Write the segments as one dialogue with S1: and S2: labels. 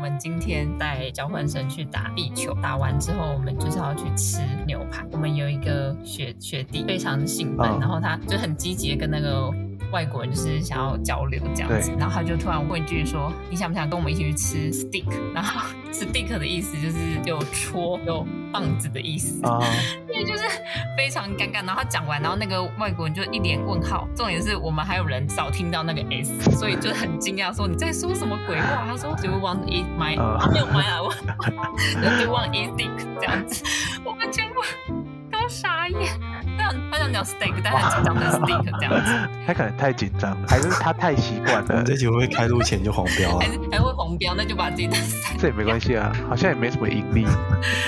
S1: 们今天带交换生去打壁球，打完之后我们就是要去吃牛排。我们有一个学学弟非常兴奋，
S2: 嗯
S1: 然后他就很积极的跟那个外国人就是想要交流这样子，然后他就突然问一句说：“你想不想跟我们一起去吃 stick？” 然后 stick 的意思就是有戳有棒子的意思。
S2: 啊，
S1: 对，就是非常尴尬。然后他讲完，然后那个外国人就一脸问号。重点是我们还有人少听到那个 S，所以就很惊讶说你在说什么鬼话？他说 Do you want to eat my
S2: 啊
S1: 没有 my I want Do you want to eat dick 这样子，我们全部都傻眼。他想他想讲 steak，但他只讲的 steak 这样子，
S2: 他可能太紧张了，还是他太习惯
S3: 我
S2: 了
S3: 们这。集会不会开录前就黄标
S1: 还
S3: 啊？
S1: 是还会红标，那就把自己的塞。
S2: 这也没关系啊，好像也没什么盈利。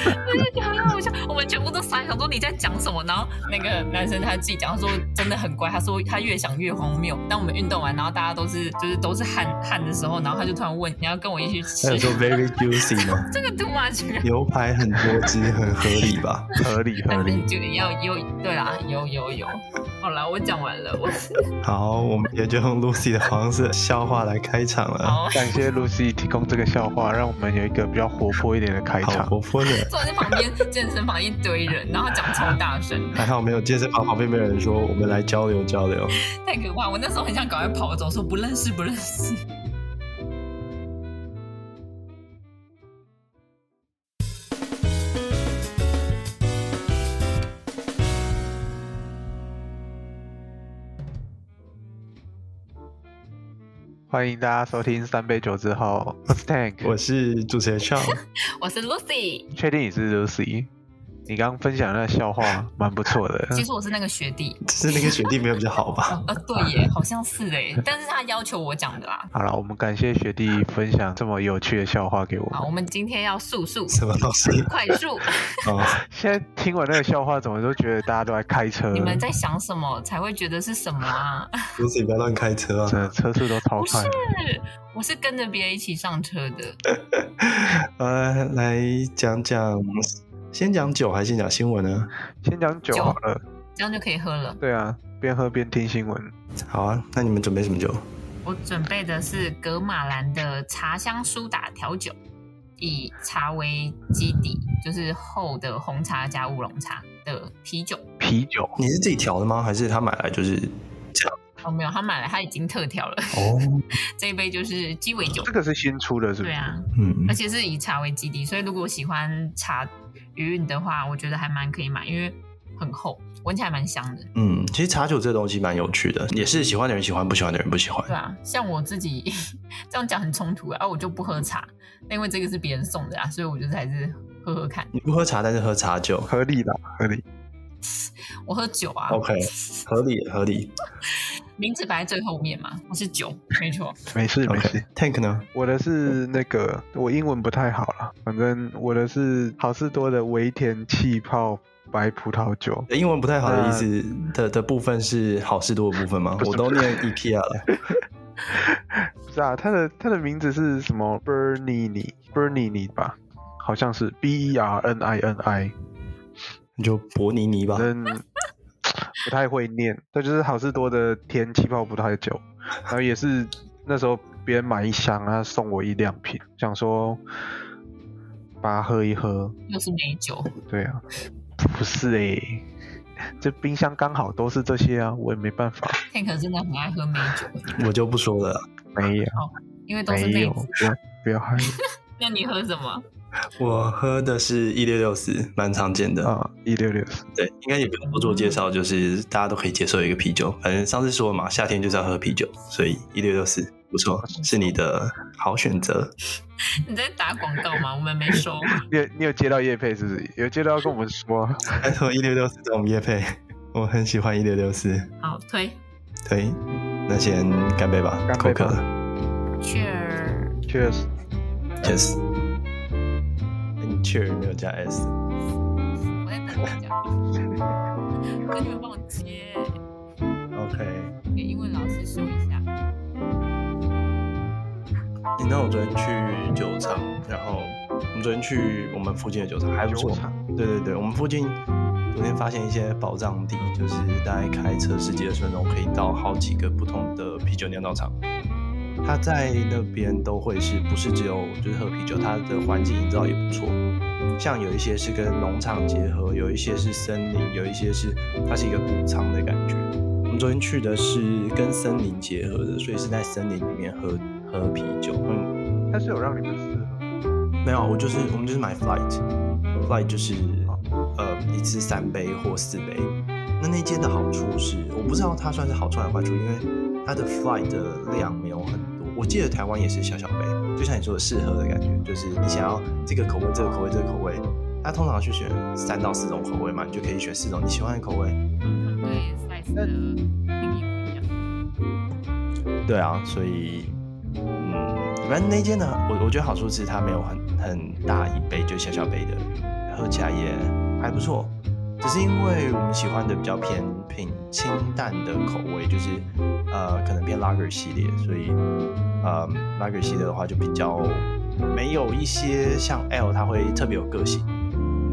S1: 对就很好笑，我们全部都傻眼，想说你在讲什么？然后那个男生他自己讲，他说真的很乖，他说他越想越荒谬。当我们运动完，然后大家都是就是都是汗汗的时候，然后他就突然问你要跟我一起去
S3: 他
S1: 吃
S3: 有说 very juicy 吗？
S1: 这个 too much，
S3: 牛排很多汁，很合理吧？
S2: 合理合
S1: 但是
S2: 理。
S1: 就要有对啦，有有有。好啦，我讲完了，我
S3: 好，我们也就用 Lucy 的黄色笑话来开场了。
S1: 好。
S2: 感谢 Lucy 提供这个笑话，让我们有一个比较活泼一点的开
S3: 好
S2: 场。
S3: 活泼的，
S1: 坐在旁边健身房一堆人，然后讲超大声，
S3: 还好没有健身房旁边没有人说，我们来交流交流。
S1: 太可怕！我那时候很想赶快跑走，说不认识不 认识。
S2: 欢迎大家收听三杯酒之 后，我是 Tank。
S3: 我是主持人 Sean，
S1: 我是 Lucy，
S2: 确定你是 Lucy？你刚刚分享的那笑话蛮不错 的。
S3: 嗯
S1: 其实我是那个学弟。
S3: 只是那个学弟没有比较好吧？
S1: 呃，对耶，好像是哎，但是他要求我讲的啦。
S2: 好了，我们感谢学弟分享这么有趣的笑话给我
S1: 好，
S2: 们。
S1: 我们今天要速速
S3: 什么东西？
S1: 快 速，
S3: 哦，
S2: 现在听完那个笑话，怎么都觉得大家都在开车，
S3: 嗯
S1: 你们
S2: 真
S1: 在想什么才会觉得是什么啊？
S3: Lucy 不要乱开车啊！
S2: 的车速都超
S1: 不是
S2: 快。，
S1: 我是跟着别人一起上车的。
S3: 呃，来讲讲，先讲酒还是先讲新闻呢？
S2: 先讲酒好了，
S1: 这样就可以喝了。
S2: 对啊，边喝边听新闻。
S3: 好啊，那你们准备什么酒？
S1: 我准备的是格马兰的茶香苏打调酒，以茶为基底，就是厚的红茶加乌龙茶的啤酒。
S2: 啤酒，
S3: 你是自己调的吗？还是他买来就是这样？
S1: 哦，没有，他买了，他已经特调了。
S3: 哦，
S1: 这一杯就是鸡尾酒
S2: 这。个是新出啊的，是不
S1: 对
S2: 是？
S1: 啊，
S3: 嗯
S1: 而，且是以茶为基底，所以如果喜欢茶余韵的话，我觉得还蛮可以买，因为很厚，闻起来蛮香的，
S3: 嗯，其实茶酒这东西蛮有趣的，也是喜欢的人喜欢，不喜欢的人不喜欢
S1: 对。啊，像我自己 这样讲很冲突啊，啊我就不喝茶，那因为这个是别人送的啊，所以我觉得还是喝喝看。
S3: 你不喝茶，但是喝茶酒，
S2: 合理啦，合理。
S1: 我喝酒啊
S3: OK 合理合理。
S1: 名字摆在最后面嘛，我是酒，没错。
S2: 没事没事
S3: OK，Tank、呢？
S2: 我的是那个，我英文不太好啦，反正我的是好事多的微甜气泡白葡萄酒。
S3: 呃英文不太好的意思的的部分是好事多的部分吗？
S2: 不是
S3: 我都念 IKEA 了。
S2: 不是啊，它的它的名字是什么？Bernini，Bernini 吧，好像是 B E R N I N I，
S3: 你就伯尼尼
S1: 啊
S3: 吧
S2: 反。正不太会念。它就是好事多的甜气泡葡萄酒，然后 也是那时候别人买一箱，他送我一两瓶，想说把它喝一喝。
S1: 又是美酒，
S2: 对啊，不是诶、这冰箱刚好都是这些啊，我也没办法。
S1: Tank 真的很爱喝美酒，
S3: 我就不说了，
S2: 没有，
S1: 因为都是
S2: 没
S1: 妹
S2: 有，
S1: 子。
S2: 不要不要害我
S1: 那你喝什么？
S3: 我喝的是一六六四，蛮常见的。
S2: 啊！一六六四，
S3: 对，应该也不用多做介绍，就是大家都可以接受一个啤酒。反正上次说了嘛，夏天就是要喝啤酒，所以一六六四不错，是你的好选择。
S1: 你在打广告吗？我们没收。
S2: 你有你有接到叶配是不是？有接到跟我们说，
S3: 拜托一六六四找我们叶配， 我很喜欢一六六四。
S1: 好，推
S3: 对，那先干杯吧，
S2: 干
S3: 口
S2: 杯吧
S3: 渴了。
S1: ，Cheers。
S2: 确实
S3: Yes。哎你 cheer 没有加 s，
S1: 我在等你讲，那你们帮我接，
S3: OK，
S1: 给英文老师修一下。
S3: 你知道我昨天去酒厂，然后我们昨天去我们附近的酒厂，还不错
S1: 啊
S2: 酒。厂
S3: 对对对，我们附近昨天发现一些宝藏地，就是大概开车十几二十分钟可以到好几个不同的啤酒酿造厂。它在那边都会是不是只有就是喝啤酒，它的环境营造也不错。像有一些是跟农场结合，有一些是森林，有一些是它是一个谷仓的感觉。我们昨天去的是跟森林结合的，所以是在森林里面喝喝啤酒。嗯，
S2: 它是有让你们试喝，
S3: 没有，我就是我们就是买 flight，flight 就是呃一次三杯或四杯。那那间的好处是，我不知道它算是好处还是坏处，因为它的 flight 的量没有很多。我记得台湾也是小小杯，就像你说的适合的感觉，就是你想要这个口味、这个口味、这个口味，它通常去选三到四种口味嘛，你就可以选四种你喜欢的口味。
S1: 嗯，对 size 的定义不一样。
S3: 对啊，所以，嗯，反正那间的，我我觉得好处是它没有很很大一杯，就小小杯的，喝起来也还不错。只是因为我们喜欢的比较偏偏清淡的口味，就是呃，可能偏 lager 系列，所以呃，lager 系列的话就比较没有一些像 L 它会特别有个性。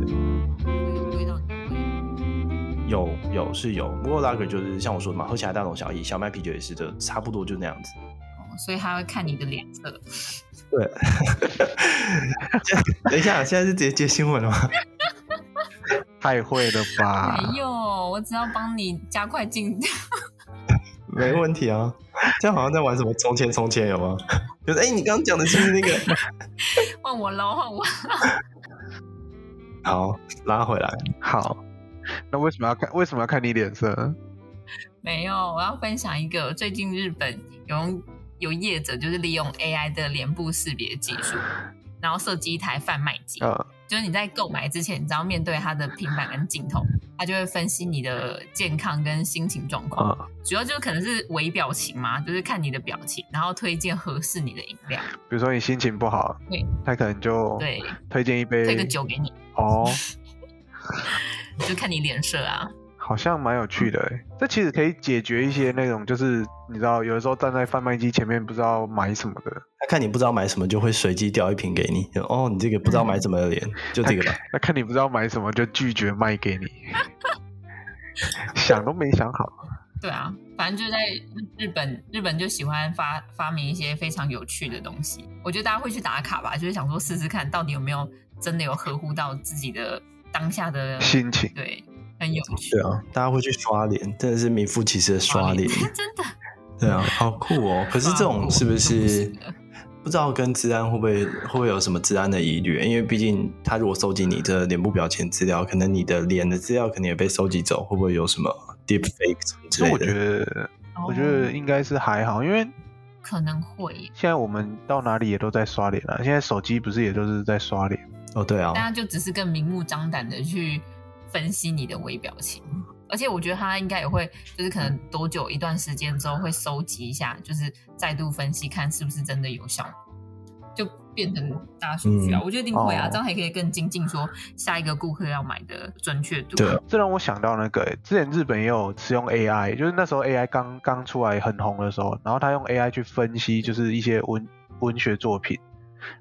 S1: 就是味道你不会
S3: 有有是有，不过 lager 就是像我说的嘛，喝起来大同小异，小麦啤酒也是的，差不多就那样子。
S1: 哦，所以他会看你的脸色。
S3: 等一下，现在是直接接新闻了吗？
S2: 太会了吧？
S1: 没有，哎我只要帮你加快进 度。
S3: 没问题啊，这样好像在玩什么从前从前有吗？就是哎、你刚刚讲的是不是那个？
S1: 换我喽，换我。
S3: 好，拉回来。
S2: 好，那为什么要看？为什么要看你脸色？
S1: 没有，我要分享一个最近日本有用有业者就是利用 AI 的脸部识别技术，然后设计一台贩卖机，
S2: 呃，
S1: 就是你在购买之前，你只要面对它的平板跟镜头，它就会分析你的健康跟心情状况。
S2: 啊、
S1: 主要就是可能是微表情嘛，就是看你的表情，然后推荐合适你的饮料。
S2: 比如说你心情不好
S1: 对，
S2: 他可能就
S1: 对，
S2: 推荐一杯
S1: 推个酒给你，
S2: 哦，
S1: 就看你脸色啊。
S2: 好像蛮有趣的欸。这其实可以解决一些那种，就是你知道，有的时候站在贩卖机前面不知道买什么的，
S3: 他看你不知道买什么，就会随机掉一瓶给你。就哦，你这个不知道买什么的脸，就这个吧。
S2: 那看你不知道买什么就拒绝卖 给你，想都没想好。
S1: 对啊，反正就在日本，日本就喜欢发发明一些非常有趣的东西。我觉得大家会去打卡吧，就是想说试试看到底有没有真的有合乎到自己的当下的，
S2: 心情
S1: 对，很有趣。
S3: 对啊，大家会去刷脸，真的是名副其实的刷脸。
S1: 真的。
S3: 对啊，好酷哦！可是这种是不是
S1: 刷脸
S3: 不知道跟治安会不会会不会有什么治安的疑虑？因为毕竟他如果收集你这脸部表情资料，可能你的脸的资料可能也被收集走，会不会有什么 deep fake 什么之
S2: 所以
S3: 类
S2: 我觉
S3: 的？
S2: 得，我觉得
S1: 哦
S2: 应该是还好，因为
S1: 可能会耶，
S2: 现在我们到哪里也都在刷脸啊，现在手机不是也都是在刷脸。
S3: 哦，对啊
S1: 大，家就只是更明目张胆的去分析你的微表情。而且我觉得他应该也会，就是可能多久一段时间之后会收集一下，就是再度分析看是不是真的有效，就变成大数据啊。
S3: 嗯
S1: 我觉得一定会啊，
S2: 哦
S1: 这样还可以更精进说下一个顾客要买的准确度。
S3: 对啊
S2: 这让我想到那个、欸，之前日本也有使用 AI，就是那时候 AI 刚刚出来很红的时候，然后他用 AI 去分析就是一些文文学作品，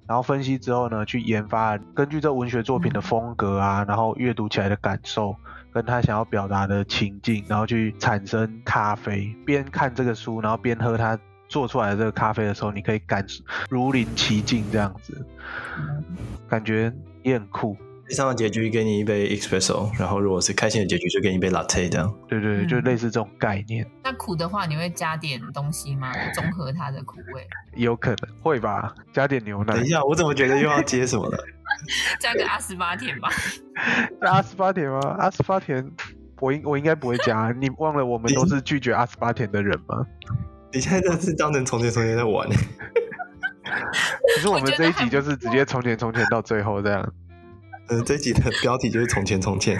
S2: 然后分析之后呢，去研发根据这文学作品的风格啊，然后阅读起来的感受，跟他想要表达的情境，然后去产生咖啡。边看这个书，然后边喝他做出来的这个咖啡的时候，你可以感受如临其境这样子，
S1: 嗯
S2: 感觉也很酷。
S3: 悲伤的结局给你一杯 espresso，然后如果是开心的结局就给你一杯 latte 这样。
S2: 对对对，就
S1: 嗯
S2: 类似这种概念。
S1: 那苦的话，你会加点东西吗？中和它的苦味，
S2: 有可能会吧，加点牛奶
S3: 等一，下，我怎么觉得又要接什么了？
S1: 加个阿斯巴甜吧。
S2: 加阿斯巴甜吗？阿斯巴甜，我应我应该不会 加。啊你忘了我们都是拒绝阿斯巴甜的人吗？
S3: 你现在真的是当成从前从前在玩，
S2: 可是我们
S1: 我觉
S2: 这
S1: 得
S2: 一集就是直接从前从前到最后这样，
S3: 呃， 这集的标题就是从前从前。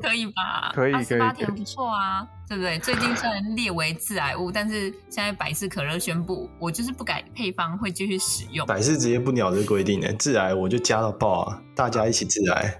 S1: 可以吧？
S2: 可以
S1: 二十八
S2: 可以
S1: 天不错啊，对不对？最近虽然列为致癌物，但是现在百事可乐宣布，我就是不改配方，会继续使用。
S3: 百事直接不鸟这个规定呢、欸致癌我就加到爆啊！大家一起致癌，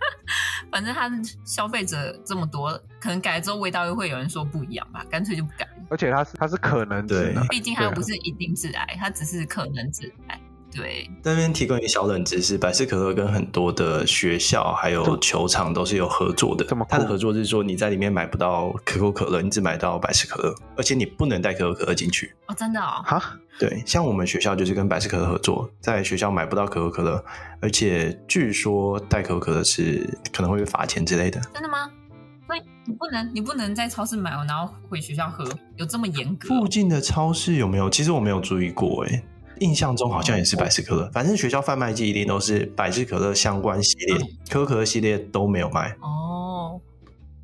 S1: 反正它消费者这么多，可能改了之后味道又会有人说不一样吧，干脆就不改了。
S2: 而且它是它是可能值的
S3: 对，
S1: 毕竟它又
S2: 对啊
S1: 不是一定致癌，它只是可能致癌。对，
S3: 那边提供一个小冷知识，百事可乐跟很多的学校还有球场都是有合作的
S2: 这么。酷
S3: 它的合作是说，你在里面买不到可口可乐，你只买到百事可乐，而且你不能带可口可乐进去。
S1: 哦，真的哦，
S2: 哈，
S3: 对，像我们学校就是跟百事可乐合作，在学校买不到可口可乐，而且据说带可口可乐是可能会被罚钱之类的。
S1: 真的吗？所以你不能，你不能在超市买哦，然后回学校喝，有这么严格哦？
S3: 附近的超市有没有？其实我没有注意过、欸，印象中好像也是百事可乐。反正学校贩卖机一定都是百事可乐相关系列，可口可乐系列都没有卖。
S1: 哦，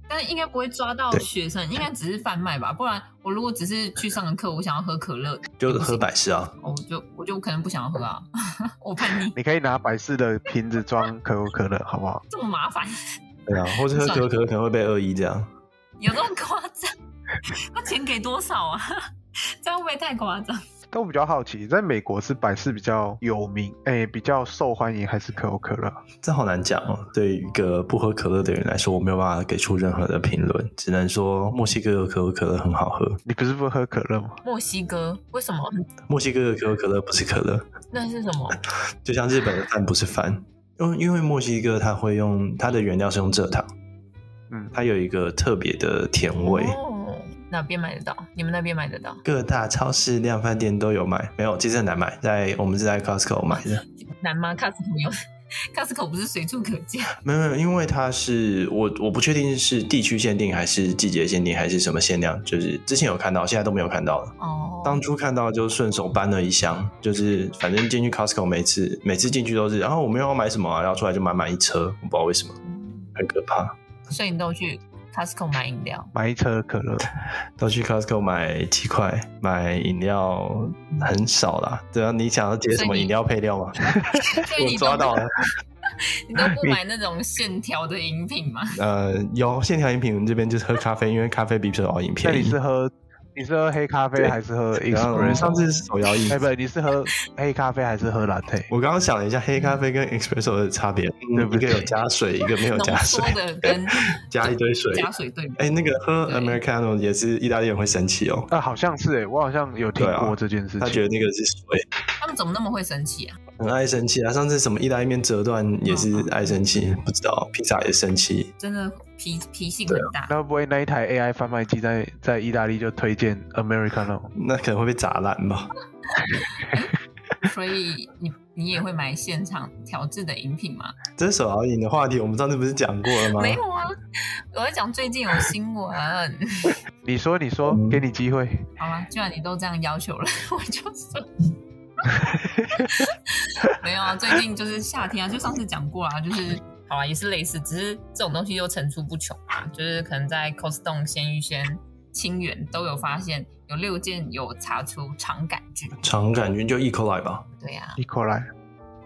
S1: 但应该不会抓到
S3: 对
S1: 学生，应该只是贩卖吧？不然我如果只是去上个课，我想要喝可乐，
S3: 就喝百事啊，
S1: 我就我就可能不想要喝啊， 我叛逆，
S2: 你可以拿百事的瓶子装可口可乐，好不好？
S1: 这么麻烦，
S3: 对啊，或者喝可口可乐可能会被恶意这样。
S1: 有这么夸张？ 他钱给多少啊？ 这样会不会太夸张？
S2: 但我比较好奇，在美国是百事比较有名，哎、比较受欢迎，还是可口可乐？
S3: 这好难讲哦。对于一个不喝可乐的人来说，我没有办法给出任何的评论，只能说墨西哥的可口可乐很好喝。
S2: 你不是不喝可乐吗？
S1: 墨西哥为什么？
S3: 墨西哥的可口可乐不是可乐，
S1: 那是什么？
S3: 就像日本的饭不是饭，因为因为墨西哥它会用它的原料是用蔗糖，
S2: 嗯，
S3: 它有一个特别的甜味。
S1: 哦，哪边买得到？你们那边买得到？
S3: 各大超市、量贩店都有卖，没有，其实很难买，在我们是在 Costco 买的。
S1: 难吗？Costco 有，Costco 不是随处可见。
S3: 没有没有，因为它是我我不确定是地区限定还是季节限定还是什么限量，就是之前有看到，现在都没有看到了。
S1: 哦，
S3: 当初看到就顺手搬了一箱，就是反正进去 Costco 每次每次进去都是，然、后我没有要买什么、啊，然后出来就满满一车，我不知道为什么，很可怕。
S1: 所以你都有去 Costco 买饮 料。
S2: 买一车可乐，
S3: 都去 Costco 买鸡块，买饮料很少啦。对啊，你想要接什
S1: 所
S3: 么
S1: 以你
S3: 饮料配料吗？
S1: 所以
S3: 我
S1: 你都
S3: 抓到了。
S1: 你都不买那种线条的饮品吗？
S3: 呃，有线条饮品，我们这边就是喝咖啡，因为咖啡比手摇饮
S2: 那
S3: 便
S2: 你
S3: 宜
S2: 是。喝你是喝黑咖啡
S3: 对
S2: 还是喝
S3: 然后我们
S2: espresso？
S3: 上次是手摇饮
S2: 哎、，不，你是 喝黑咖啡还是喝 latte？
S3: 我刚刚想了一下，黑咖啡跟 espresso 的差别，
S2: 对
S3: 嗯
S2: 不
S3: 一
S2: 起
S3: 个有加水，一个没有
S1: 浓
S3: 加水
S1: 缩， 的跟
S3: 加一堆水。
S1: 加水对比。
S3: 哎，那个喝
S1: 对
S3: Americano 也是意大利人会生气哦，
S2: 啊，好像是哎、我好像有听
S3: 对啊
S2: 过这件事
S3: 他
S2: 情。
S3: 觉得那个是水，
S1: 他们怎么那么会生气啊？
S3: 很爱生气啊。上次什么意大利面折断也是爱生气，不知道披萨也生气。
S1: 真的脾脾性很
S3: 啊
S1: 大。
S2: 那会不会那一台 AI 贩卖机在在意大利就推荐 Americano？
S3: 那可能会被砸烂吧？
S1: 所以你你也会买现场调制的饮品吗？
S3: 这手摇饮的话题，我们上次不是讲过了吗？
S1: 没有啊，我在讲最近有新闻。
S2: 你说，你说
S3: 嗯，
S2: 给你机会，
S1: 好啊，既然你都这样要求了， 我就说。没有啊，最近就是夏天啊，就上次讲过啊，就是好啊，也是类似，只是这种东西又层出不穷啊，就是可能在 Costco、鲜芋仙、清远都有发现，有六件有查出肠杆菌。
S3: 肠杆菌就 E. coli 吧。
S1: 对啊，
S2: 一口来。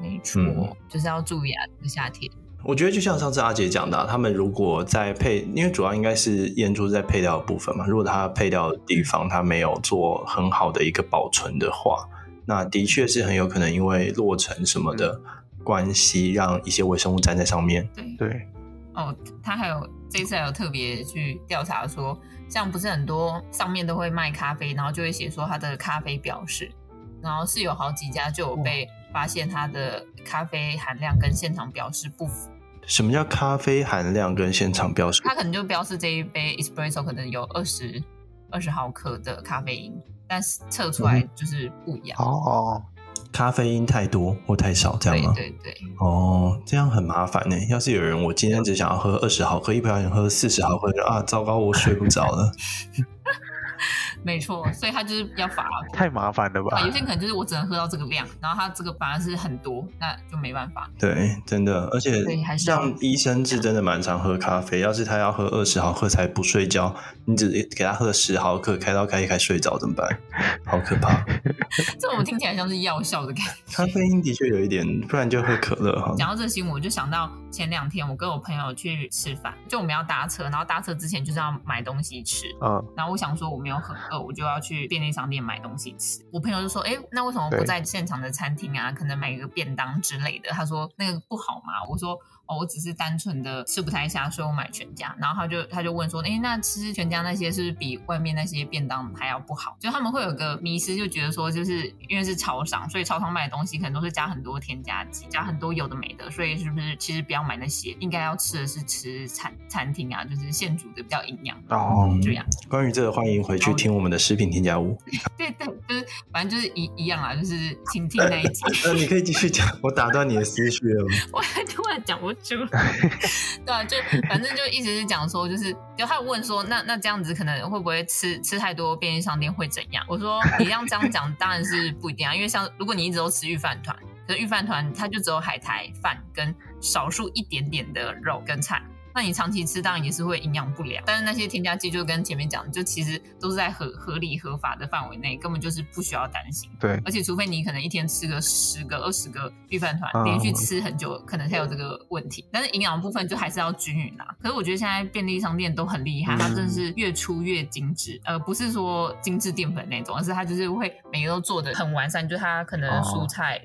S1: 没错，
S3: 嗯
S1: 就是要注意啊，这个夏天。
S3: 我觉得就像上次阿杰讲的啊、他们如果在配，因为主要应该是验出在配料的部分嘛。如果它配料的
S1: 嗯
S3: 地方它没有做很好的一个保存的话，那的确是很有可能因为落尘什么的
S1: 嗯
S3: 关系，让一些微生物粘在上面。
S1: 对，
S2: 对，
S1: 哦，他还有这次还有特别去调查说，像不是很多上面都会卖咖啡，然后就会写说它的咖啡标示，然后是有好几家就有被发现它的咖啡含量跟现场标示不符，
S3: 什么叫咖啡含量跟现场标示？
S1: 它可能就标示这一杯 espresso 可能有二十二十毫克的咖啡因，但是测出来就是不一样。
S2: 哦哦，
S3: 咖啡因太多或太少这样
S1: 对
S3: 吗？
S1: 对对，
S3: 哦，这样很麻烦呢。要是有人，我今天只想要喝二十毫克，一不小心喝四十毫克，就啊，糟糕，我睡不着了。
S1: 没错，所以它就是要罚
S2: 太麻烦了吧
S1: 啊，？有些人可能就是我只能喝到这个量，然后他这个反而是很多，那就没办法。
S3: 对，真的，而且
S1: 对还是要
S3: 像医生是真的蛮常喝咖啡。要是他要喝二十毫克才不睡觉，你只给他喝十毫克，开刀开一开睡着怎么办？好 可怕！
S1: 这我听起来像是药效的感觉。
S3: 咖啡因的确有一点，不然就喝可乐哈。
S1: 讲到这个新闻，我就想到前两天我跟我朋友去吃饭，就我们要搭车，然后搭车之前就是要买东西吃，
S2: 嗯，
S1: 然后我想说我没有很饿，我就要去便利商店买东西吃。我朋友就说：“哎，那为什么不
S2: 对
S1: 在现场的餐厅啊，可能买一个便当之类的？”他说：“那个不好吗？”我说。哦，我只是单纯的吃不太下，所以我买全家。然后他就他就问说，哎，那吃全家那些是不是比外面那些便当还要不好？就他们会有个迷失，就觉得说，就是因为是超商，所以超商卖的东西可能都是加很多添加剂，加很多有的没的，所以是不是其实不要买那些，应该要吃的是吃餐餐厅啊，就是现煮的比较营养。
S2: 哦，
S1: 这样，
S3: 关于这个，欢迎回去听我们的食品添 加物。
S1: 对对，就是反正就是一一样啊，就是请听那一集。
S3: 那呃你可以继续讲，我打断你的思绪了。
S1: 我突然讲不出 来，对啊，就反正就一直是讲说，就是就他有问说，那那这样子可能会不会吃吃太多便利商店会怎样？我说你让这样讲当然是不一定啊，因为像如果你一直都吃预饭团，可是预饭团它就只有海苔饭跟少数一点点的肉跟菜。那你长期吃当然也是会营养不良，但是那些添加剂就跟前面讲的，就其实都是在合合理合法的范围内，根本就是不需要担心。
S2: 对，
S1: 而且除非你可能一天吃个十个、二十个预饭团，
S2: 嗯
S1: 连续吃很久，可能才有这个问题。但是营养部分就还是要均匀啦。可是我觉得现在便利商店都很厉害，
S3: 嗯
S1: 它真的是越出越精致，呃，不是说精致淀粉那种，而是它就是会每个都做的很完善，就是它可能
S2: 哦
S1: 蔬菜、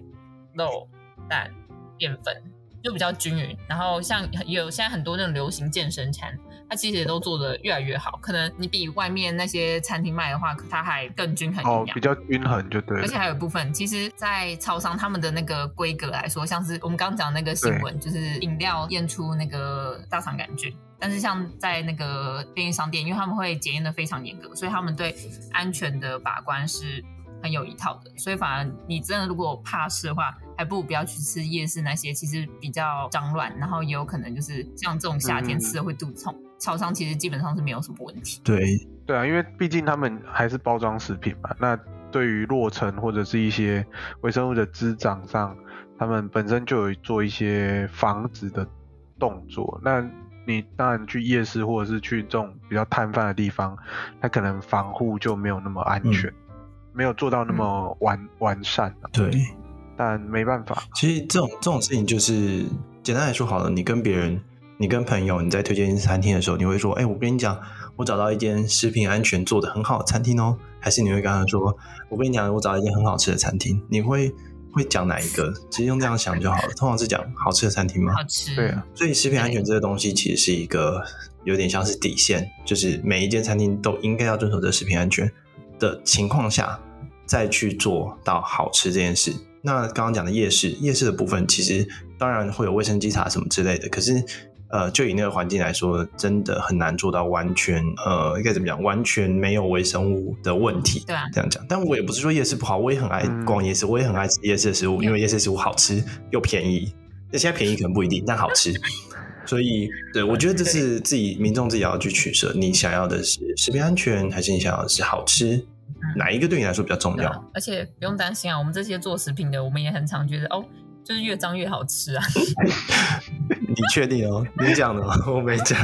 S1: 肉、蛋、淀粉。就比较均匀，然后像也有现在很多那种流行健身餐，它其实也都做的越来越好。可能你比外面那些餐厅卖的话，它还更均衡营
S2: 哦，
S1: 养
S2: 比。较均衡就对
S1: 而
S2: 了
S1: 且。还有一部分，其实，在超商他们的那个规格来说，像是我们刚刚讲的那个新闻，就是饮料验出那个大肠杆菌。但是像在那个便利商店，因为他们会检验的非常严格，所以他们对安全的把关是很有一套的。所以反而你真的如果怕事的话，还不如不要去吃夜市那些，其实比较脏乱，然后也有可能就是像这种夏
S2: 嗯
S1: 天吃了会肚子痛。超商其实基本上是没有什么问题。
S3: 对，
S2: 对啊，因为毕竟他们还是包装食品嘛，那对于落成或者是一些微生物的滋长上，他们本身就有做一些防止的动作。那你当然去夜市或者是去这种比较摊贩的地方，它可能防护就没有那么安全，
S3: 嗯
S2: 没有做到那么完、完善、啊、
S3: 对，
S2: 但没办法，
S3: 其实这种这种事情就是简单来说好了，你跟别人，你跟朋友，你在推荐餐厅的时候，你会说，哎、我跟你讲，我找到一间食品安全做的很好的餐厅哦，还是你会跟他说，我跟你讲，我找到一间很好吃的餐厅，你会会讲哪一个？其实用这样想就好了。通常是讲好吃的餐厅吗？
S1: 好吃，
S2: 对啊，
S3: 所以食品安全这个东西其实是一个有点像是底线，就是每一间餐厅都应该要遵守这食品安全的情况下，再去做到好吃这件事。那刚刚讲的夜市，夜市的部分其实当然会有卫生稽查什么之类的，可是呃，就以那个环境来说，真的很难做到完全呃，应该怎么讲，完全没有微生物的问题。
S1: 对啊，
S3: 这样讲，但我也不是说夜市不好，我也很爱
S2: 嗯
S3: 逛夜市，我也很爱吃夜市的食物，因为夜市食物好吃又便宜。那现在便宜可能不一定，但好吃。所以，对我觉得这是自己民众自己要去取舍，你想要的是食品安全，还是你想要的是好吃？哪一个对你来说比较重
S1: 对啊
S3: 要？，
S1: 而且不用担心啊，我们这些做食品的，我们也很常觉得哦，就是越脏越好吃啊。
S3: 你确定哦？你讲的哦， 我没讲。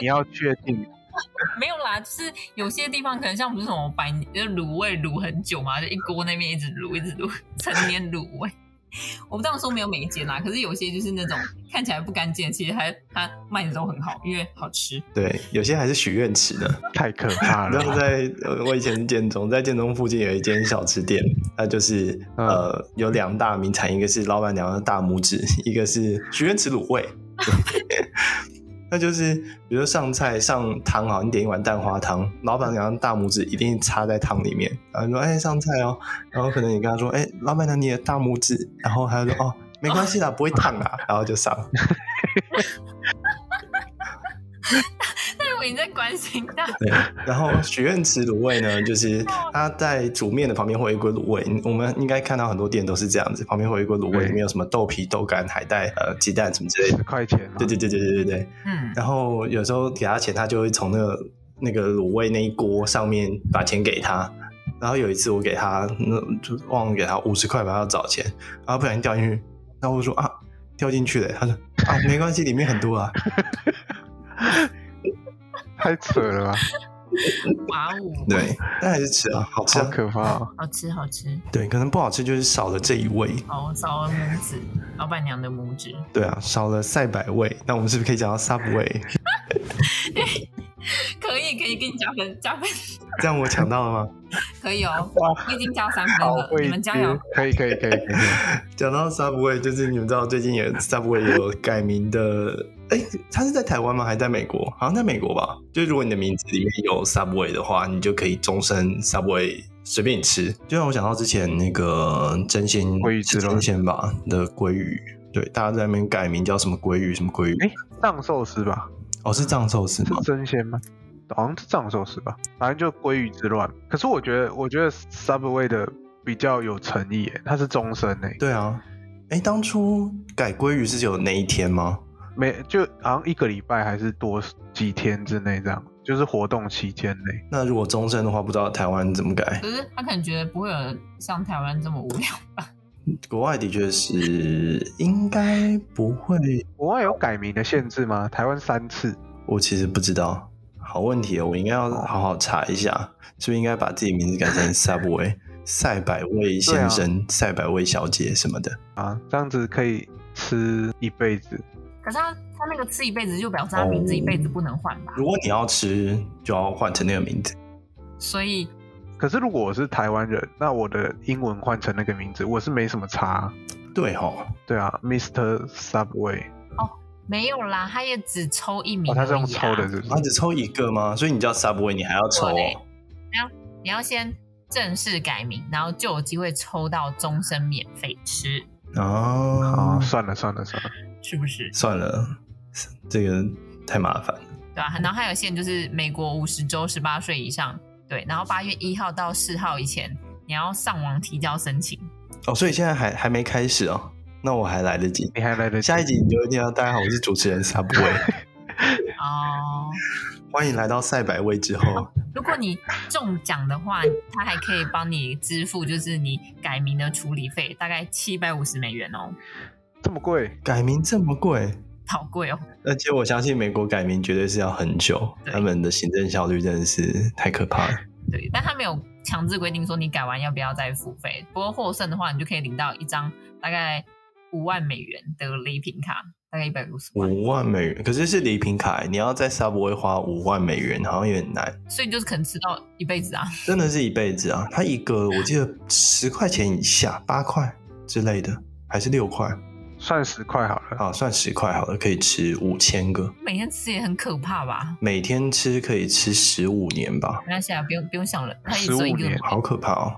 S2: 你要确定
S1: 没有啦，就是有些地方可能像不是什么百年就是卤味卤很久嘛，就一锅那边一直卤一直卤， 成年卤味。我不这样说没有每一间啦，可是有些就是那种看起来不干净，其实它它卖的都很好，因为好吃。
S3: 对，有些还是许愿池的。
S2: 太可怕
S3: 然后
S2: 了。
S3: 在呃我以前是建中，在建中附近有一间小吃店，它就是
S2: 嗯
S3: 呃有两大名产，一个是老板娘的大拇指，一个是许愿池卤味。 那就是比如说上菜上汤好，你点一碗蛋花汤，老板娘的大拇指一定插在汤里面，然后你说哎、上菜哦，然后可能你跟他说哎、老板娘你的大拇指，然后他就说哦没关系啦，不会烫啦，然后就上。
S1: 但如果你在关心它，
S3: 对，然后许愿池卤味呢，就是它在煮面的旁边会有一锅卤味，我们应该看到很多店都是这样子，旁边会有一锅卤味，
S2: 对
S3: 里面有什么豆皮、豆干、海带、呃鸡蛋什么之类的
S2: 十。块钱、啊，
S3: 对对对对对对对。
S1: 嗯，
S3: 然后有时候给他钱，他就会从那个那个卤味那一锅上面把钱给他。然后有一次我给他，那就忘了给他五十块吧，他要找钱，然后不小心掉进去，然后我说啊，掉进去了。他说啊，没关系，里面很多啊。
S2: 太扯了吧，
S1: 哇哦，
S3: 对，但还是吃啊，好吃
S2: 好
S3: 啊。
S2: 可怕、哦。
S1: 好吃好吃，
S3: 对，可能不好吃就是少了这一味。
S1: 好少了拇指，老板娘的拇指。
S3: 对啊，少了赛百味，那我们是不是可以讲到 Subway？
S1: 可以可可以给你加分，加分
S3: 这样我抢到了吗？
S1: 可以哦
S2: 哇，
S1: 你已经加三分了，你们加油！
S2: 可以可以可以可以，
S3: 讲到 Subway，就是你们知道最近也 Subway 有改名的，哎、它是在台湾吗？还是在美国？好像在美国吧。就是如果你的名字里面有 Subway 的话，你就可以终身 Subway 随便你吃。就让我想到之前那个真鲜
S2: 鲑鱼之
S3: 是
S2: 乱
S3: 真鲜吧的鲑鱼，对，大家在那边改名叫什么鲑鱼什么鲑鱼，
S2: 哎藏寿司吧，
S3: 哦是藏寿司
S2: 是
S3: 吗？
S2: 真鲜吗？好像是藏寿司吧，反正就鲑鱼之乱。可是我觉得，我觉得 Subway 的比较有诚意耶，它是终身诶，
S3: 对啊，哎、当初改鲑鱼是有那一天吗？
S2: 每就好像一个礼拜还是多几天之内这样，就是活动期间内。
S3: 那如果终身的话，不知道台湾怎么改。
S1: 可是他可能觉得不会有人像台湾这么无 聊吧？
S3: 国外的确是应该不会，
S2: 国外有改名的限制吗？台湾三次，
S3: 我其实不知道。好问题哦，我应该要好好查一下，是不是应该把自己名字改成 Subway 赛百味先生、赛百味小姐什么的？
S2: 啊，这样子可以吃一辈子。
S1: 可是他他那个吃一辈子，就表示他名字一辈子不能换吧？
S2: 哦
S3: 如果你要吃，就要换成那个名字。
S1: 所以
S2: 可是如果我是台湾人，那我的英文换成那个名字，我是没什么差啊。
S3: 对哈、
S2: 对啊，Mr. Subway，
S1: 没有啦，他也只抽一名、啊
S2: 哦，他是用抽的，。是不
S3: 他
S2: 是？
S3: 啊只抽一个吗？所以你叫 Subway，你还要抽、
S1: 对
S3: 哦？
S1: 你要先正式改名，然后就有机会抽到终身免费吃，
S2: 哦
S3: 哦，，
S2: 算了算了算了，
S1: 是不是？
S3: 算了，这个太麻烦了。
S1: 对吧、然后还有限，就是美国五十周十八岁以上，对，然后八月一号到四号以前，你要上网提交申请。
S3: 哦，所以现在还还没开始哦，那我还来得及。
S2: 你还来得及
S3: 下一集你就会听到，大家好，我是主持人 Subway，
S1: 哦，
S3: 欢迎来到赛百味之后。
S1: 如果你中奖的话，他还可以帮你支付，就是你改名的处理费，大概七百五十美元哦，
S2: 这么贵？
S3: 改名这么贵，
S1: 好贵哦。
S3: 而且我相信美国改名绝对是要很久，
S1: 对
S3: 他们的行政效率真的是太可怕了。
S1: 对，但他没有强制规定说你改完要不要再付费。不过获胜的话，你就可以领到一张大概五万美元的礼品卡，大概一百五十
S2: 嗯
S1: 万。
S3: 五万美元，可是是礼品卡，欸你要在 Subway 花五万美元，好像有点难，
S1: 所以就是可能吃到一辈子啊。
S3: 真的是一辈子啊！它一个我记得十块钱以下，八块之类的，还是六块
S2: 算十块好了。
S3: 啊，算十块好了，可以吃五千个，
S1: 每天吃也很可怕吧？
S3: 每天吃可以吃十五年吧，
S1: 那现在不啊用不用想了，他一
S2: 15
S1: 做一个
S2: 年
S3: 好可怕哦！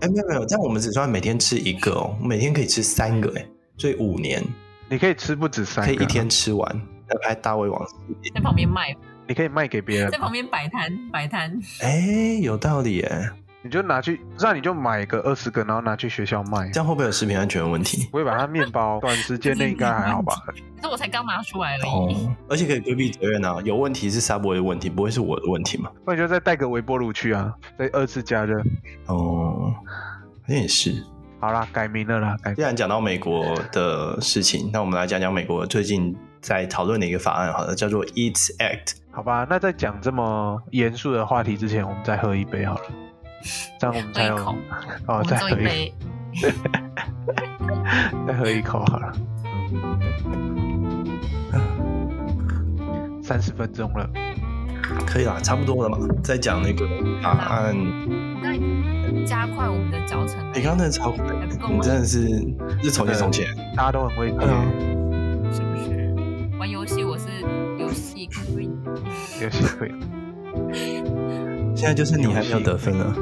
S3: 哎，没有没有，这样我们只算每天吃一个哦，每天可以吃三个哎，所以五年
S2: 你可以吃不止三
S3: 可
S2: 个，
S3: 以一天，吃完，要拍大胃王系列。
S1: 在旁边卖，
S2: 你可以卖给别人
S1: 在，旁边摆摊摆摊，
S3: 哎，有道理哎，
S2: 你就拿去，不然你就买个二十个，然后拿去学校卖
S3: 这。样会不会有食品安全问题？
S2: 不会把它面包，短时间内应该还好吧？
S1: 这我才刚拿出来而已。
S3: 哦，而且可以规避责任啊，有问题是 Subway 的问题，不会是我的问题嘛？
S2: 不然就再带个微波炉去啊，再二次加热。
S3: 哦，好像也是。
S2: 好啦，改名了啦，改
S3: 既
S2: 名。
S3: 然讲到美国的事情，那我们来讲讲美国最近在讨论的一个法案，好了，叫做 EATS Act。
S2: 好吧，那在讲这么严肃的话题之前，我们再喝一杯好了，这样我们才有
S1: 喝一口我
S2: 哦，
S1: 们
S2: 再
S1: 做
S2: 喝
S1: 一
S2: 一
S1: 杯，
S2: 再喝一口好了。三十分钟了，
S3: 可以啦，差不多了嘛。再讲那个法案，你
S1: 那加快我们的脚程。
S3: 哎刚刚真的超快，
S1: 还不够
S3: 你
S1: 吗？
S3: 真的是是从前从前。
S2: 大家都很会接
S3: 对啊
S1: 是不是？玩游戏我是游戏 queen，
S2: 游戏会。
S3: 现在就是你还没有得分了，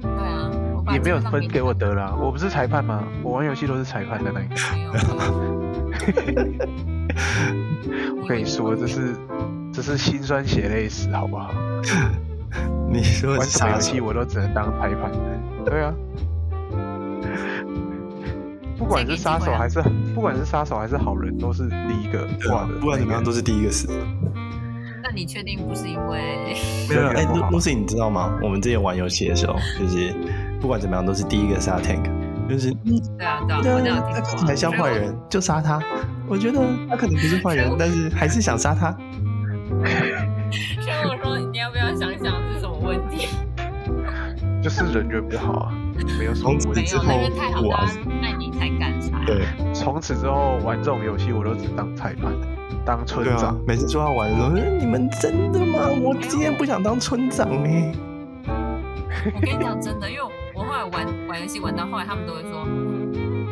S1: 对啊，我把
S2: 也没有
S1: 这个
S2: 分
S1: 让
S2: 给我得啦，我不是裁判吗？我玩游戏都是裁判的那一个。
S1: 没有。没有
S2: 我跟你说，这是这是心酸血泪史，好不好？
S3: 你说
S2: 玩什么
S3: 啥
S2: 游？戏我都只能当裁判。对啊， 不管是杀手还是不管是杀手还是好人，都是第一个
S3: 对
S2: 挂
S3: 啊
S2: 的。
S3: 不管怎么样都是第一个死。
S1: 那你确定不是因为？
S3: 没有，没有哎，
S2: 不好啊
S3: 露露西，你知道吗？我们之前玩游戏的时候，就是不管怎么样都是第一个杀 tank，就是嗯，
S1: 对啊，对啊，我这样
S3: 他
S1: 听
S3: 看
S1: 过
S3: 起
S1: 啊。
S3: 来像坏人，就杀他。我觉得他可能不是坏人，但是还是想杀他。
S1: 所以我。所以我说你要不要想想是什么问 题？
S2: 就是人缘不好啊，没有什么
S3: 从此
S1: 没有，
S2: 问题。
S1: 那因为太好
S3: 我
S1: 大家爱你才敢杀。
S3: 对，
S2: 从此之后玩这种游戏，我都只当裁判。当村
S3: 对啊
S2: 长，，
S3: 每次说要玩的时候，嗯你们真的吗？我今天不想当村长欸呢、
S1: 我跟你讲真的，因为我后来玩玩游戏玩到后来，他们都会说，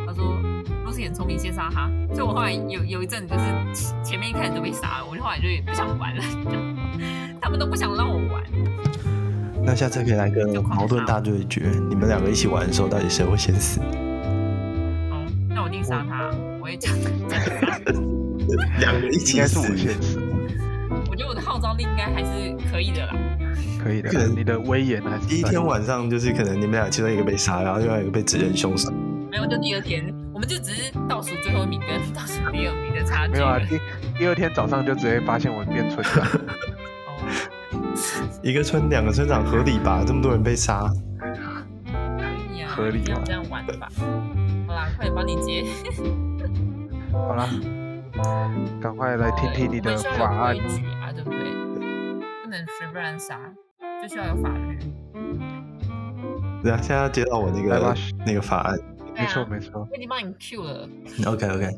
S1: 他说若是很聪明，先杀他。所以我后来有有一阵就是前前面一开始都被杀了，我就后来就也不想玩了， 他们都不想让我玩。
S3: 那下次可以来个矛盾大对决，你们两个一起玩的时候，到底谁会先死？
S1: 哦，那我一定杀他，我也讲 真的杀。
S3: 两个一
S2: 应该是我先死，
S1: 我觉得我的号召力应该还是可以的啦。
S2: 可以的
S3: 可能，
S2: 你的威严还是
S3: 第一
S2: 在
S3: 天晚上就是可能你们俩其中一个被杀，然后另外一个被指认凶手。
S1: 没有，就第二天，我们就只是倒数最后一名跟 倒数第二名的差距
S2: 没有啊
S1: 而已。，
S2: 第第二天早上就直接发现我变村长，
S1: 哦
S3: 一个村两个村长合理吧？这么多人被杀，
S1: 可以啊，
S2: 合理啊
S1: 这样这样玩吧。好啦，快点帮你接。
S2: 好啦，赶快来听听你的
S1: 对
S2: 法
S1: 我
S2: 案
S1: 们需要有。规矩啊，对不对？不能随便乱杀，就需要有法律。啊
S3: 然啊后现在要接到我那
S2: 来
S3: 个
S2: 吧
S3: 那个法案。
S1: 对
S2: 没错
S1: 啊，
S2: 没错，
S1: 我已经帮你 Q 了。
S3: OK OK，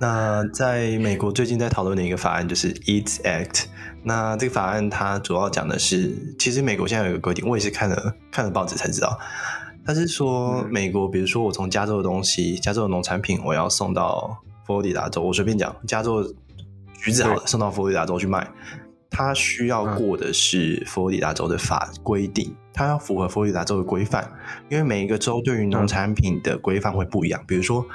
S3: 那在美国最近在讨论的一个法案就是 EATS Act。那这个法案它主要讲的是，其实美国现在有一个规定，我也是看了看了报纸才知道，它是说
S2: 嗯
S3: 美国，比如说我从加州的东西，加州的农产品，我要送到佛罗里达州，我随便讲，加州的橘子好了，送到佛罗里达州去卖，它需要过的是佛罗里达州的法规定，它要符合佛罗里达州的规范，因为每一个州对于农产品的规范会不一样。比如说，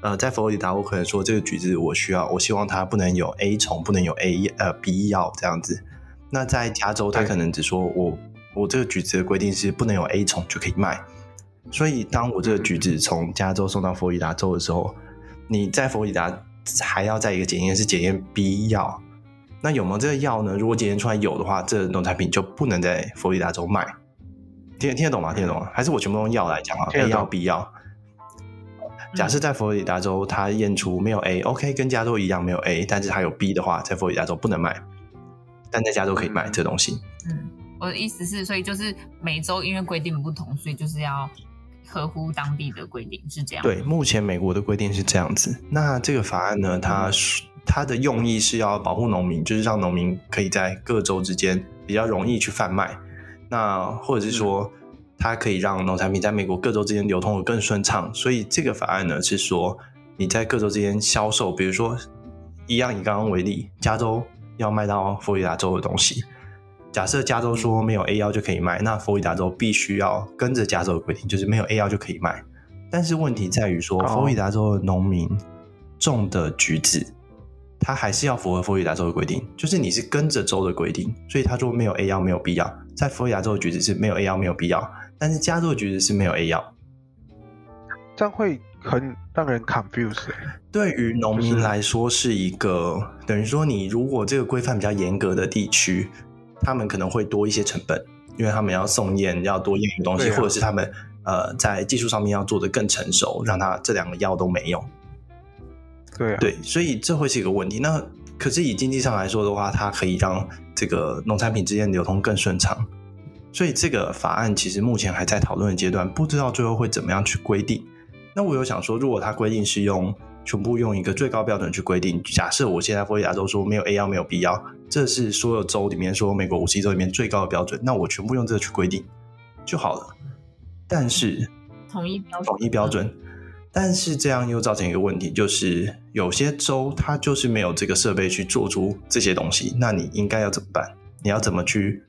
S3: 呃，在佛罗里达，我可能说这个橘子我需要，我希望它不能有 A 虫，不能有 A 呃 B 药这样子。那在加州，它
S2: 对
S3: 可能只说我我这个橘子的规定是不能有 A 虫就可以卖。所以，当我这个橘子从加州送到佛罗里达州的时候，你在佛罗里达还要在一个检验是检验 B 药。那有没有这个药呢？如果检验出来有的话，这个农产品就不能在佛罗里达州卖。听听得懂吗？听得懂吗？还是我全部用药来讲啊
S2: 听得懂嗯
S3: ？A 药 B 药。假设在佛罗里达州，它验出没有 A，OK，、跟加州一样没有 A，但是它有 B 的话，在佛罗里达州不能卖，但在加州可以卖
S2: 嗯
S3: 这东西。
S1: 嗯，我的意思是，所以就是每周因为规定不同，所以就是要合乎当地的规定，是这样。，
S3: 对，目前美国的规定是这样子。那这个法案呢，它是它的用意是要保护农民，就是让农民可以在各州之间比较容易去贩卖，那或者是说，它可以让农产品在美国各州之间流通的更顺畅。所以这个法案呢，是说你在各州之间销售，比如说一样以刚刚为例，加州要卖到佛罗里达州的东西。假设加州说没有 A 幺就可以卖，那佛罗里达州必须要跟着加州的规定，就是没有 A 幺就可以卖。但是问题在于说，
S2: 哦
S3: 佛罗里达州的农民种的橘子，它还是要符合佛罗里达州的规定，就是你是跟着州的规定，所以他说没有 A 药没有必要，在佛罗里达州的橘子是没有 A 药没有必要，但是加州的橘子是没有 A 药。
S2: 这样会很让人 confuse 欸。
S3: 对于农
S2: 就
S3: 民
S2: 是
S3: 来说是一个，等于说你如果这个规范比较严格的地区，他们可能会多一些成本，因为他们要送验，要多验一个东西，
S2: 对啊
S3: 或者是他们呃在技术上面要做得更成熟，让他这两个药都没有。
S2: 对啊，
S3: 对，所以这会是一个问题。那可是以经济上来说的话，它可以让这个农产品之间流通更顺畅。所以这个法案其实目前还在讨论的阶段，不知道最后会怎么样去规定。那我有想说，如果它规定是用全部用一个最高标准去规定，假设我现在佛罗里达州说没有 A 幺没有 B 幺，这是所有州里面说美国五十一州里面最高的标准，那我全部用这个去规定就好了。但是
S1: 统一标准。
S3: 统一标准。但是这样又造成一个问题，就是有些州它就是没有这个设备去做出这些东西，那你应该要怎么办？你要怎么去，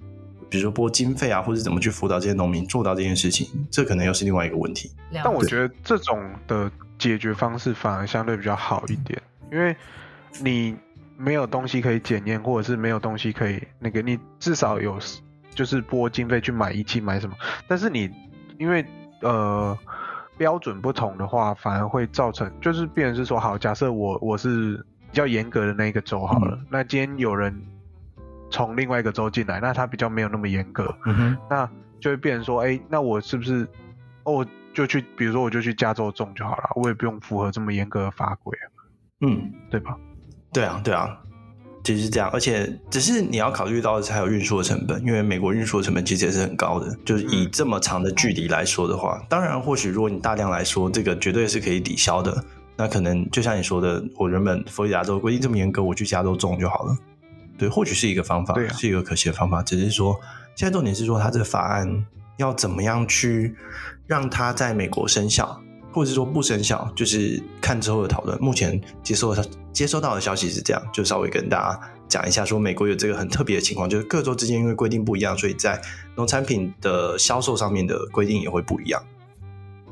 S3: 比如说拨经费啊，或者怎么去辅导这些农民做到这件事情？这可能又是另外一个问题。
S1: 了解，
S2: 但我觉得这种的解决方式反而相对比较好一点，因为你没有东西可以检验，或者是没有东西可以那个，你至少有 s- 就是拨经费去买仪器买什么，但是你因为呃标准不同的话，反而会造成就是变成是说，好，假设我我是比较严格的那一个州好了，那今天有人从另外一个州进来，那他比较没有那么严格，
S3: 嗯哼，
S2: 那就会变成说，哎、那我是不是，哦，我就去，比如说我就去加州种就好了，我也不用符合这么严格的法规啊，
S3: 嗯，
S2: 对吧？
S3: 对啊，对啊，其实是这样，而且只是你要考虑到的是还有运输的成本，因为美国运输的成本其实也是很高的。就是以
S2: 嗯
S3: 这么长的距离来说的话，当然或许如果你大量来说，这个绝对是可以抵消的。那可能就像你说的，我原本佛罗里达州规定这么严格，我去加州种就好了。对，或许是一个方法，
S2: 对啊
S3: 是一个可行的方法。只是说，现在重点是说，它这个法案要怎么样去让它在美国生效，或者是说不生效，就是看之后的讨论。目前接收的接收到的消息是这样，就稍微跟大家讲一下，说美国有这个很特别的情况，就是各州之间因为规定不一样，所以在农产品的销售上面的规定也会不一样。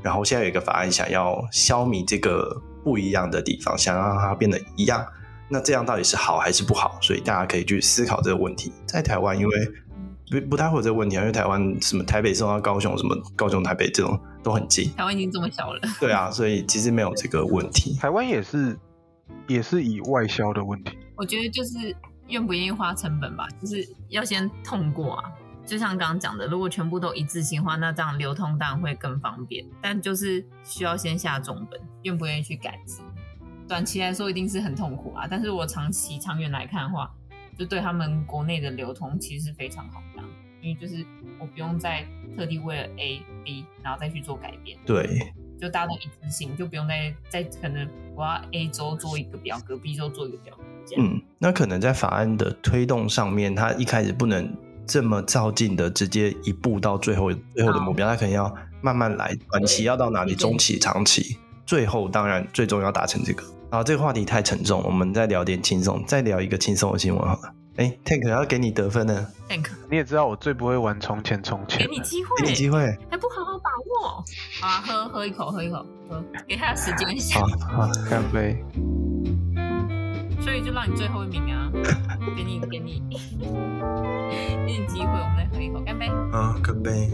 S3: 然后现在有一个法案想要消弭这个不一样的地方，想让它变得一样。那这样到底是好还是不好？所以大家可以去思考这个问题。在台湾，因为不不太会有这个问题啊，因为台湾什么台北送到高雄，什么高雄台北这种都很近，
S1: 台湾已经这么小了，
S3: 对啊，所以其实没有这个问题。
S2: 台湾也是也是以外销的问题，
S1: 我觉得就是愿不愿意花成本吧，就是要先痛过啊。就像刚刚讲的，如果全部都一致性化，那这样流通当然会更方便，但就是需要先下重本，愿不愿意去改制。短期来说一定是很痛苦啊，但是我长期长远来看的话，就对他们国内的流通其实是非常好的啊，因为就是我不用再特地为了 A、B 然后再去做改变。
S3: 对，
S1: 就大家都一致性，就不用再再可能我要 A 州做一个表格，B 州做一个表格这样。
S3: 嗯，那可能在法案的推动上面，它一开始不能这么照进的直接一步到最后最后的目标，它可能要慢慢来，短期要到哪里，
S1: 对
S3: 中期、长期，最后当然最终要达成这个。然后这个话题太沉重，我们再聊点轻松，再聊一个轻松的新闻好了。哎，Tank 要给你得分呢，
S1: Thank，
S2: 你也知道我最不会玩从前从
S1: 给
S2: 前，
S1: 你机会，
S3: 给你机会。
S1: 还不好好把握？好啊，喝喝一口，喝一口，喝，给他时间一下
S3: 好，
S2: 好，干杯！
S1: 所以就让你最后一名啊，给你给你 给你机会，我们再喝一口，干杯。
S3: 啊，干杯！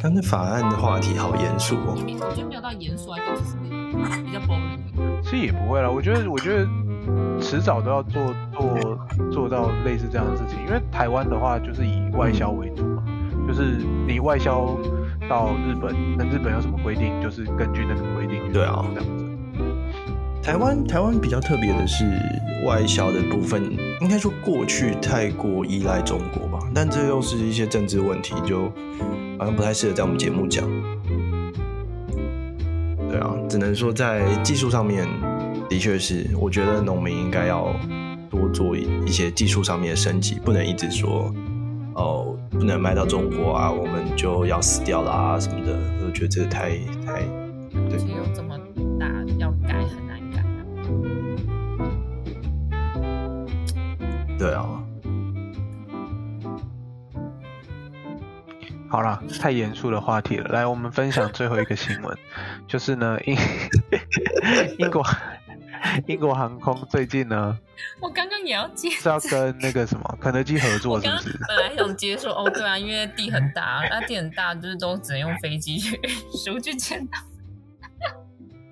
S3: 刚才法案的话题好严肃哦
S1: 也。没我觉得没有到严肃啊，就只是比较 boring。
S2: 其实也不会啦，我觉得，我觉得迟早都要做做做到类似这样的事情，因为台湾的话就是以外销为主嘛，就是你外销到日本，那日本有什么规定，就是根据那个规定去
S3: 对啊
S2: 这样子。
S3: 台湾台湾比较特别的是外销的部分，应该说过去太过依赖中国吧，但这又是一些政治问题，就好像不太适合在我们节目讲。对啊，只能说在技术上面，的确是，我觉得农民应该要多做一一些技术上面的升级，不能一直说哦不能卖到中国啊，我们就要死掉啦、什么的，我觉得这个太太对
S1: 而且又这么大，要改很难改啊。
S3: 对啊。
S2: 好啦，太严肃的话题了，来，我们分享最后一个新 闻，就是呢，英英国英国航空最近呢
S1: 我刚刚也要接
S2: 是要跟那个什么肯德基合
S1: 我
S2: 作，是
S1: 刚
S2: 不
S1: 刚
S2: 是？
S1: 本来想接说哦，对啊，因为地很大，那、地很大就是都只能用飞机去 食物去见到。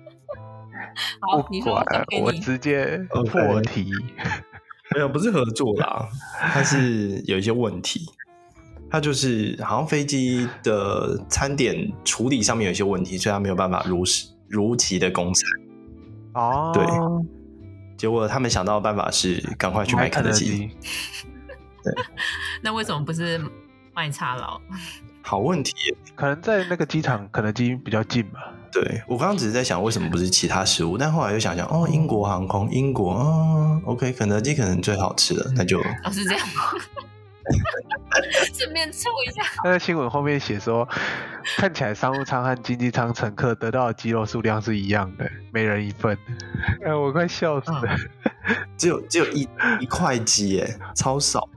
S1: 好，你
S2: 不
S1: 说我
S2: 管
S1: 交，给
S2: 我
S1: 你。
S2: 直接
S3: OK
S2: 破题。
S3: 没有，不是合作啦，它是有一些问题。它就是好像飞机的餐点处理上面有一些问题，所以它没有办法如实如期的供餐。
S2: 哦，
S3: 对结果他们想到的办法是赶快去买肯德基。。
S1: 那为什么不是麦茶佬？
S3: 好问题耶，
S2: 可能在那个机场，肯德基比较近吧。
S3: 对我刚刚只是在想为什么不是其他食物，但后来又想想，哦，英国航空，英国，哦，OK，肯德基可能最好吃了，那就
S1: 哦，是这样吗。顺便凑一下，
S2: 他在新闻后面写说，看起来商务舱和经济舱乘客得到的鸡肉数量是一样的，每人一份。哎，我快笑死了。
S3: 只有只有一一块鸡耶，超少，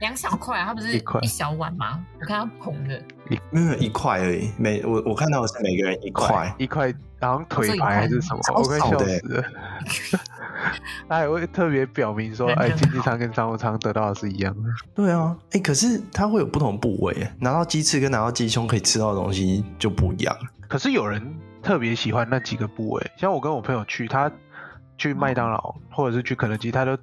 S1: 两小块啊，它不是
S2: 一块
S1: 一小碗吗？我看它捧的，
S3: 没有没有一块而已，每我我看到的是每个人一块，
S2: 一块，好像腿排还是什么，
S3: 超
S2: 我快
S3: 少
S2: 笑
S3: 的欸
S2: 死了。 他还会特别表明说，
S1: 人
S2: 哎，
S1: 真
S2: 经济
S1: 好
S2: 舱跟商务舱得到的是一样的。
S3: 对啊，哎、可是它会有不同部位耶，拿到鸡翅跟拿到鸡胸可以吃到的东西就不一样。
S2: 可是有人特别喜欢那几个部位，像我跟我朋友去，他去麦当
S3: 哦
S2: 劳或者是去肯德基，他都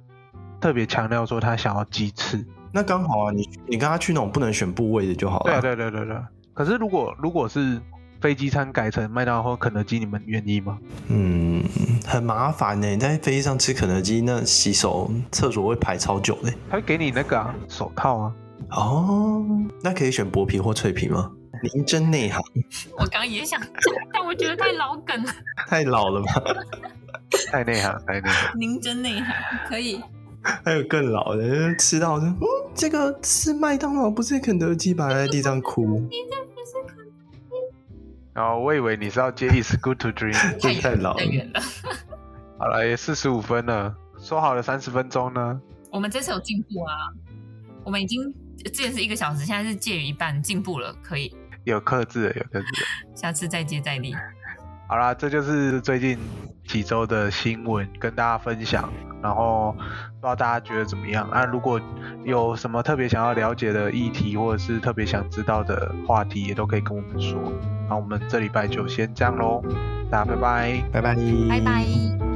S2: 特别强调说他想要鸡翅。
S3: 那刚好啊，你你跟他去那种不能选部位的就好了。
S2: 对啊，对对对对。可是如果如果是飞机餐改成麦当劳或肯德基，你们愿意吗？
S3: 嗯，很麻烦呢。欸你在飞机上吃肯德基，那洗手厕所会排超久的。
S2: 他会给你那个啊、手套啊，
S3: 哦，那可以选薄皮或脆皮吗？您真内行，
S1: 我刚刚也想讲，但我觉得太老梗了。
S3: 太老了吧？
S2: 太内行，太内行。
S1: 您真内涵，可以。
S3: 还有更老的，吃到就，嗯，这个是麦当劳，不是肯德基吧？在地上哭，
S1: 你这不是可
S2: 然后哦我以为你是要接 It's good to dream。
S3: 这太老
S1: 太
S3: 了。
S1: 远了。
S2: 好了，也四十五分了，说好了三十分钟呢。
S1: 我们这次有进步啊，我们已经之前是一个小时，现在是介于一半，进步了，可以。
S2: 有克制了，有克制了。
S1: 下次再接再厉。
S2: 好啦，这就是最近几周的新闻跟大家分享，然后不知道大家觉得怎么样啊？如果有什么特别想要了解的议题，或者是特别想知道的话题，也都可以跟我们说。那我们这礼拜就先这样喽，大家拜拜。
S3: 拜拜，
S1: 拜拜。